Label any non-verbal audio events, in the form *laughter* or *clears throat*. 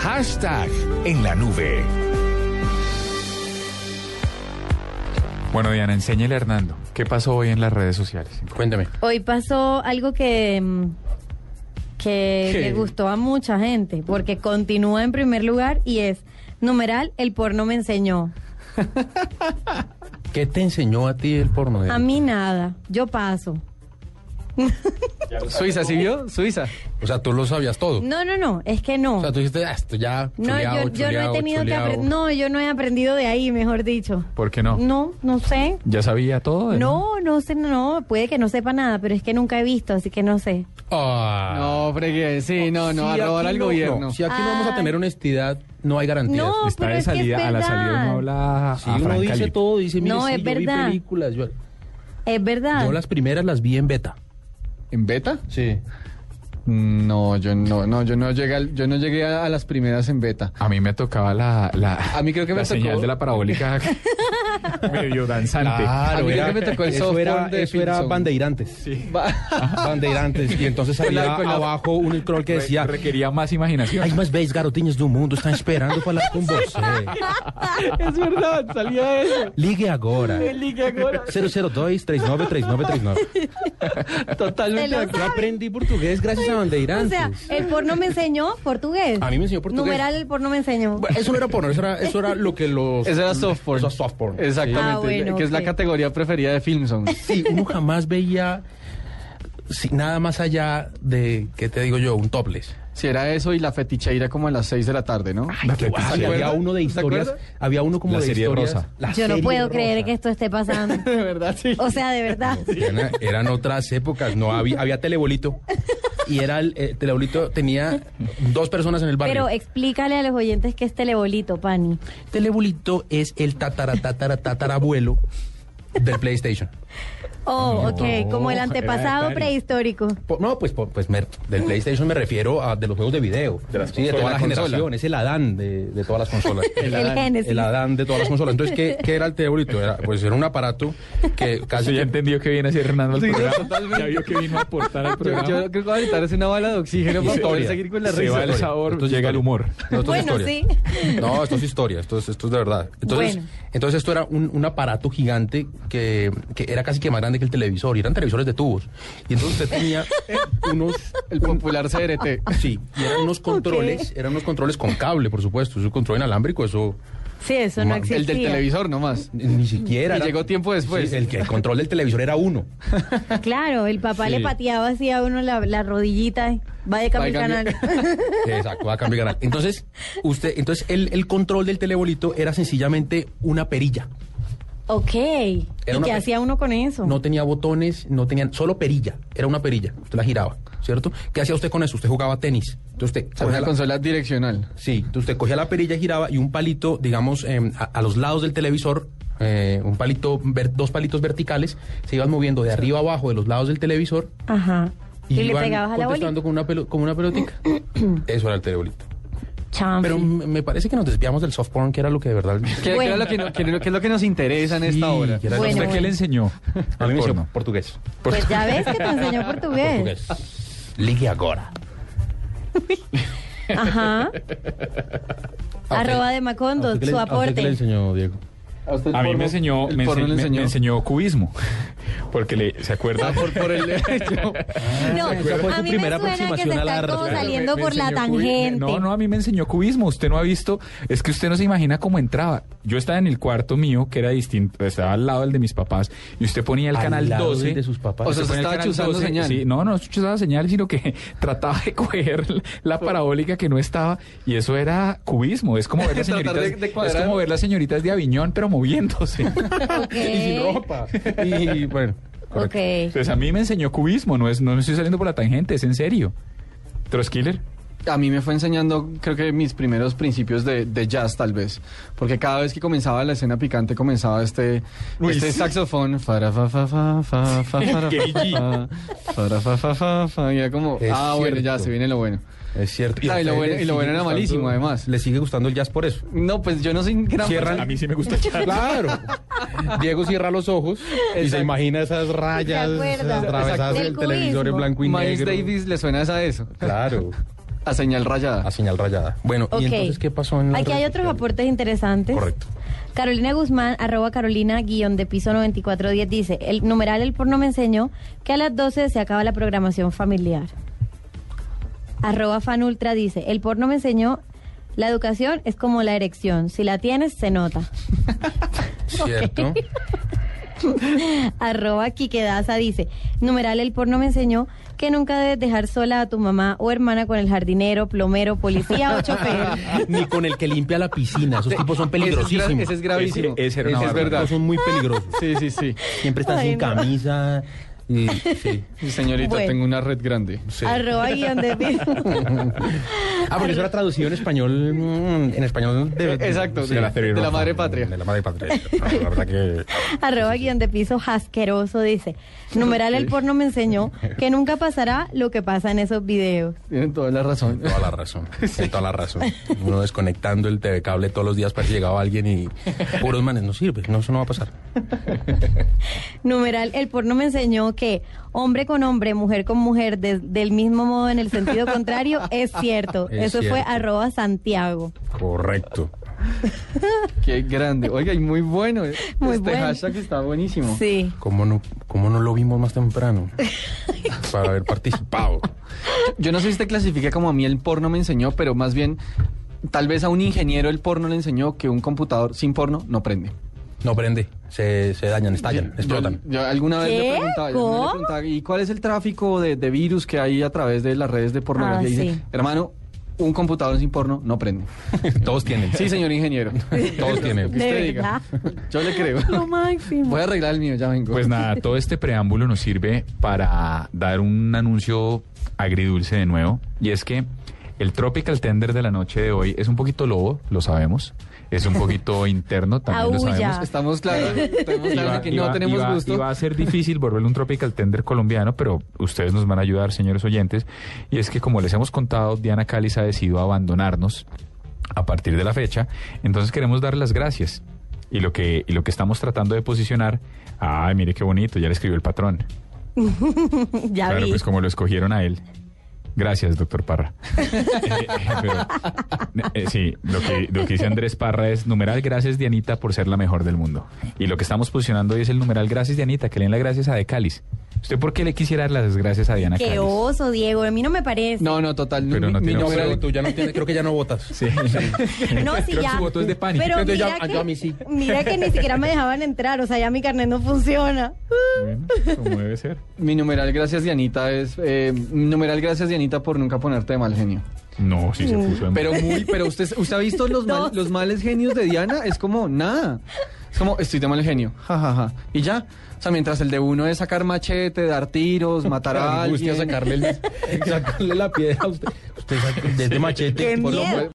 Hashtag en la nube. Bueno, Diana, enséñele a Hernando. ¿Qué pasó hoy en las redes sociales? Cuéntame. Hoy pasó algo que, mm, que ¿Qué? le gustó a mucha gente, porque continúa en primer lugar y es numeral, el porno me enseñó. ¿Qué te enseñó a ti el porno? A mí nada, yo paso. Suiza, ¿sí vio? Suiza. O sea, tú lo sabías todo. No, no, no, es que no. O sea, tú dijiste, "Ah, esto ya. No, chuleado, yo, yo chuleado, no he tenido chuleado". que aprender. No, yo no he aprendido de ahí, mejor dicho. ¿Por qué no? No, no sé. ¿Ya sabía todo? de- No, no sé, no, puede que no sepa nada, pero es que nunca he visto, así que no sé. Ah. No, fregué. Sí, no, no, Si a robar aquí al no- gobierno. no, Si aquí no vamos a Ay. tener honestidad, no hay garantías. Ah. No, Está pero de es que es salida, a la salida uno verdad. habla a Ah, Si uno Frank dice Calipo. todo, dice, mire, No, sí, es yo vi verdad. Ah. películas. Yo, Es verdad. yo las primeras las vi en beta. ¿En beta? Sí. No, yo no, no, yo no llegué, al- yo no llegué a, a las primeras en beta. A mí me tocaba la, la- A mí creo que me la tocó- señal de la *laughs* parabólica medio danzante. A Claro, mí creo era- que me tocó el Ah, Eso software era, de eso era Filson. Bandeirantes. Bandeirantes. Y *laughs* entonces había Con la- abajo un scroll que Re- decía... requería más imaginación. Hay más veis garotinhas do mundo, están esperando falar com você. eh. *laughs* Es verdad, salía eso. Ligue agora. Ligue agora. 002 393939. Se *laughs* Totalmente. lo de Yo acuerdo. aprendí portugués gracias a o sea, Bandeirantes. el porno me enseñó portugués. A mí me enseñó portugués. Numeral, el porno me enseñó. Bueno, eso no era porno, eso era, eso era lo que los. Eso era soft porn. Eso era soft porn. Exactamente. Ah, bueno, que es la ok. categoría preferida de Filmson. Sí, uno jamás veía sí, nada más allá de, ¿qué te digo yo? Un topless. Si era eso y la feticheira como a las 6 de la tarde, ¿no? La Qué guay, había fetiche. acuerdas? uno de ¿Te historias, acuerdas? había uno como La de serie historias. rosa. la Yo no serie puedo rosa. creer que esto esté pasando. *laughs* De verdad, sí. O sea, *laughs* de verdad. Eran, eran otras épocas, no había, había telebolito. Y era el eh, telebolito, tenía dos personas en el barrio. Pero eh, explícale a los oyentes qué es telebolito, Pani. telebolito es el tatara, tatara, tatarabuelo del PlayStation. Oh, ok, como el eh, era antepasado Atari. prehistórico. Po- no, pues, po- pues me- del PlayStation me refiero a de los juegos de video. sí, de toda la consolas. La consola. generación. Es el Adán de, de todas las consolas. *laughs* El El Adán. Génesis. El Adán de todas las consolas. Entonces, ¿qué, qué era el teórico? Era, pues era un aparato que Sí, casi... ya que- entendió que viene así Hernando al Sí, programa. totalmente. Ya vio que vino a aportar al Yo, programa. yo creo que voy a necesitar es una bala de oxígeno para poder Historia. seguir con la Se risa. va el sabor, Entonces, llega el humor. No, esto es Bueno, historia. sí. No, esto es historia, esto es, esto es de verdad. Entonces, Bueno. entonces esto era un, un aparato gigante que, que era casi que más grande que el televisor, y eran televisores de tubos. Y entonces usted *laughs* tenía unos... El popular CRT. Sí, y eran unos controles, eran unos controles con cable, por supuesto, es un control inalámbrico, eso... Sí, eso no Ma- el existía. El del televisor nomás. Ni- Ni siquiera. Y llegó tiempo después. Sí, el, que- el control del televisor era uno. Claro, el papá Sí. le pateaba así a uno la, la rodillita. Va de Va de cambio cambio. canal. *laughs* Exacto, va a cambiar canal. Entonces, usted, entonces el, el control del telebolito era sencillamente una perilla. ok. ¿Y Era una qué pe- hacía uno con eso? No tenía botones, no tenían, solo perilla. Era una perilla. Usted la giraba, ¿cierto? ¿Qué hacía usted con eso? Usted jugaba tenis. Entonces usted cogía Una la, consola direccional. sí, entonces usted cogía la perilla, giraba y un palito, digamos, em, a, a los lados del televisor, eh, un palito, ver- dos palitos verticales, se iban moviendo de arriba a abajo de los lados del televisor Ajá. Y, le iban pegabas a la bolita. contestando con una, pelo- con una *clears throat* pelotica. Eso era el telebolito. Chanfi. Pero m- me parece que nos desviamos del soft porn, que era lo que de verdad... ¿Qué, qué era lo que, no- qué era lo- qué es lo que nos interesa en *laughs* esta Sí, hora? que era Bueno, ¿Usted qué bueno. le enseñó? A mí me Al enseñó porno. portugués. Pues ya ves que te enseñó *laughs* portugués. Portugués. Ligue agora. *laughs* Ajá. A usted- Arroba de Macondo, su aporte. enseñó, Diego? A, usted el A mí porno- me enseñó, el me, porno ense- le me- enseñó. me enseñó cubismo. *laughs* Porque le, ¿se Ah, acuerda? por, por el *laughs* yo- No, a mí Esa fue su me primera suena que aproximación se a la está como realidad. saliendo Me por la enseñó cubi- tangente. *laughs* No, no, a mí me enseñó cubismo. Usted no ha visto. Es que usted no se imagina cómo entraba. Yo estaba en el cuarto mío, que era distinto. Estaba al lado del de mis papás. Y usted ponía el Al canal lado 12. de sus papás. *laughs* O sea, ponía se el estaba canal chuzando señal. Sí, no, no chuzaba señal, sino que *laughs* trataba de coger la parabólica que no estaba. Y eso era cubismo. Es como ver las *laughs* Tratar de- señoritas de es cuadrar. como ver las señoritas de Aviñón, pero moviéndose. *laughs* Ok. ropa. Y bueno. Ok. Entonces a mí me enseñó cubismo. No, es, no me estoy saliendo por la tangente, es en serio. Troskiller. a mí me fue enseñando, creo que mis primeros principios de, de jazz, tal vez. Porque cada vez que comenzaba la escena picante, comenzaba este, Uy, este sí. saxofón. Fara, *laughs* fa, fa, fa, *laughs* fa, fa, fara, Gay fa, G. fa, fara, fa, fa, fa, fa. Y era como, Es ah, bueno, ya cierto. se viene lo bueno. *laughs* Es cierto. Ah, y lo a ustedes les bueno- y lo sigue bueno era gustando- malísimo, además. Le sigue gustando el jazz por eso. No, pues yo no soy gran Cierran- A mí sí me gusta el chat. *laughs* Claro. Diego cierra los ojos y se Exacto. imagina esas rayas, De acuerdo. esas travesadas Exacto. del Del televisor en cubismo. blanco y Miles negro. Davis le suena esa a eso. Claro. a señal rayada. a señal rayada. Bueno, Ok. ¿y entonces qué pasó en la Aquí hay otros aportes interesantes. Correcto. Carolina Guzmán, arroba Carolina, guión de piso 9410, dice, el numeral El porno me enseñó que a las 12 se acaba la programación familiar. Arroba Fanultra dice, el porno me enseñó, la educación es como la erección, si la tienes se nota. ¿Cierto? *laughs* Arroba Quiquedaza dice, numeral el porno me enseñó que nunca debes dejar sola a tu mamá o hermana con el jardinero, plomero, policía o chofer. Ni con el que limpia la piscina. Esos tipos son Ese es gra- peligrosísimos. Ese es gravísimo. Ese- ese era una es barbaridad. verdad. Son muy peligrosos. Sí, sí, sí. Siempre están Ay, sin no. camisa. y- sí. Sí, Señorita, Bueno. tengo una red grande. *laughs* Sí. Arroba guión de piso. Ah, porque eso era traducido en español. mm, En español de. Exacto, sí, de- la de la madre patria. De la madre patria. La verdad que. *laughs* Arroba guión de piso asqueroso dice, numeral el porno me enseñó que nunca pasará lo que pasa en esos videos. Tienen toda la razón. Toda la razón, en toda la razón. Uno desconectando el TV cable todos los días para que llegaba alguien y puros manes, no sirve, no, eso no va a pasar. Numeral el porno me enseñó que hombre con hombre, mujer con mujer, de- del mismo modo en el sentido contrario, es cierto. Es Eso fue cierto. arroba Santiago. Correcto. *laughs* Qué grande. Oiga, y muy bueno. Muy este bueno. hashtag está buenísimo. Sí. ¿Cómo no, ¿Cómo no lo vimos más temprano? *laughs* Para haber participado. Yo no sé si te clasifica como a mí el porno me enseñó, pero más bien, tal vez a un ingeniero el porno le enseñó que un computador sin porno no prende. No prende, se, se dañan, estallan, Yo- explotan. Yo, alguna vez ¿Qué? le preguntaba, yo alguna vez le ¿Cómo? preguntaba, ¿y cuál es el tráfico de, de virus que hay a través de las redes de pornografía? Ah, Y dice, sí. hermano, un computador sin porno no prende. Todos tienen. Sí, *laughs* señor ingeniero. Todos tienen. Lo que usted De diga. verdad. Yo le creo. *laughs* Lo máximo. Voy a arreglar el mío, ya vengo. Pues nada, todo este preámbulo nos sirve para dar un anuncio agridulce de nuevo. Y es que el Tropical Tender de la noche de hoy es un poquito lobo, lo sabemos. Es un *laughs* poquito interno, también lo Aúlla. sabemos. Estamos claros, estamos Y claros va- de que y no va- tenemos y va- gusto. Y va a ser difícil volver un tropical tender colombiano, pero ustedes nos van a ayudar, señores oyentes. Y es que, como les hemos contado, Diana Cáliz ha decidido abandonarnos a partir de la fecha. Entonces queremos dar las gracias. Y lo que, y lo que estamos tratando de posicionar, ay, mire qué bonito, ya le escribió el patrón. *laughs* ya claro, vi. pues como lo escogieron a él. Gracias, doctor *laughs* Parra. Eh, pero, eh, sí, lo que, lo que dice Andrés Parra es numeral gracias Dianita por ser la mejor del mundo. Y lo que estamos posicionando hoy es el numeral gracias Dianita, que le den las gracias a De Cáliz. ¿Usted por qué le quisiera dar las gracias a Diana Qué Cáliz? oso, Diego. A mí no me parece. No, no, total. Pero mi- no mi tiene No, numeral- pero tú ya no tienes, creo que ya no votas. *laughs* Sí. *laughs* No, sí, Creo que ya. su voto es de pánico. ah, Pero Entonces, mira, yo- que, yo a mí sí. mira que ni siquiera me dejaban entrar. O sea, ya mi carnet no funciona. Bueno, como debe ser. mi numeral gracias Dianita es eh, numeral gracias Dianita por nunca ponerte de mal genio. No, sí se puso de Pero moda. muy, pero usted, usted ha visto los, *laughs* mal- Dos. los males genios de Diana, es como nada. Es como estoy de mal genio, jajaja. Y ya. O sea, mientras el de uno es sacar machete, dar tiros, matar a angustia alguien. *laughs* *laughs* sacarle, el- sacarle la piedra a usted. Usted saca- desde machete. Qué por lo miedo. cual-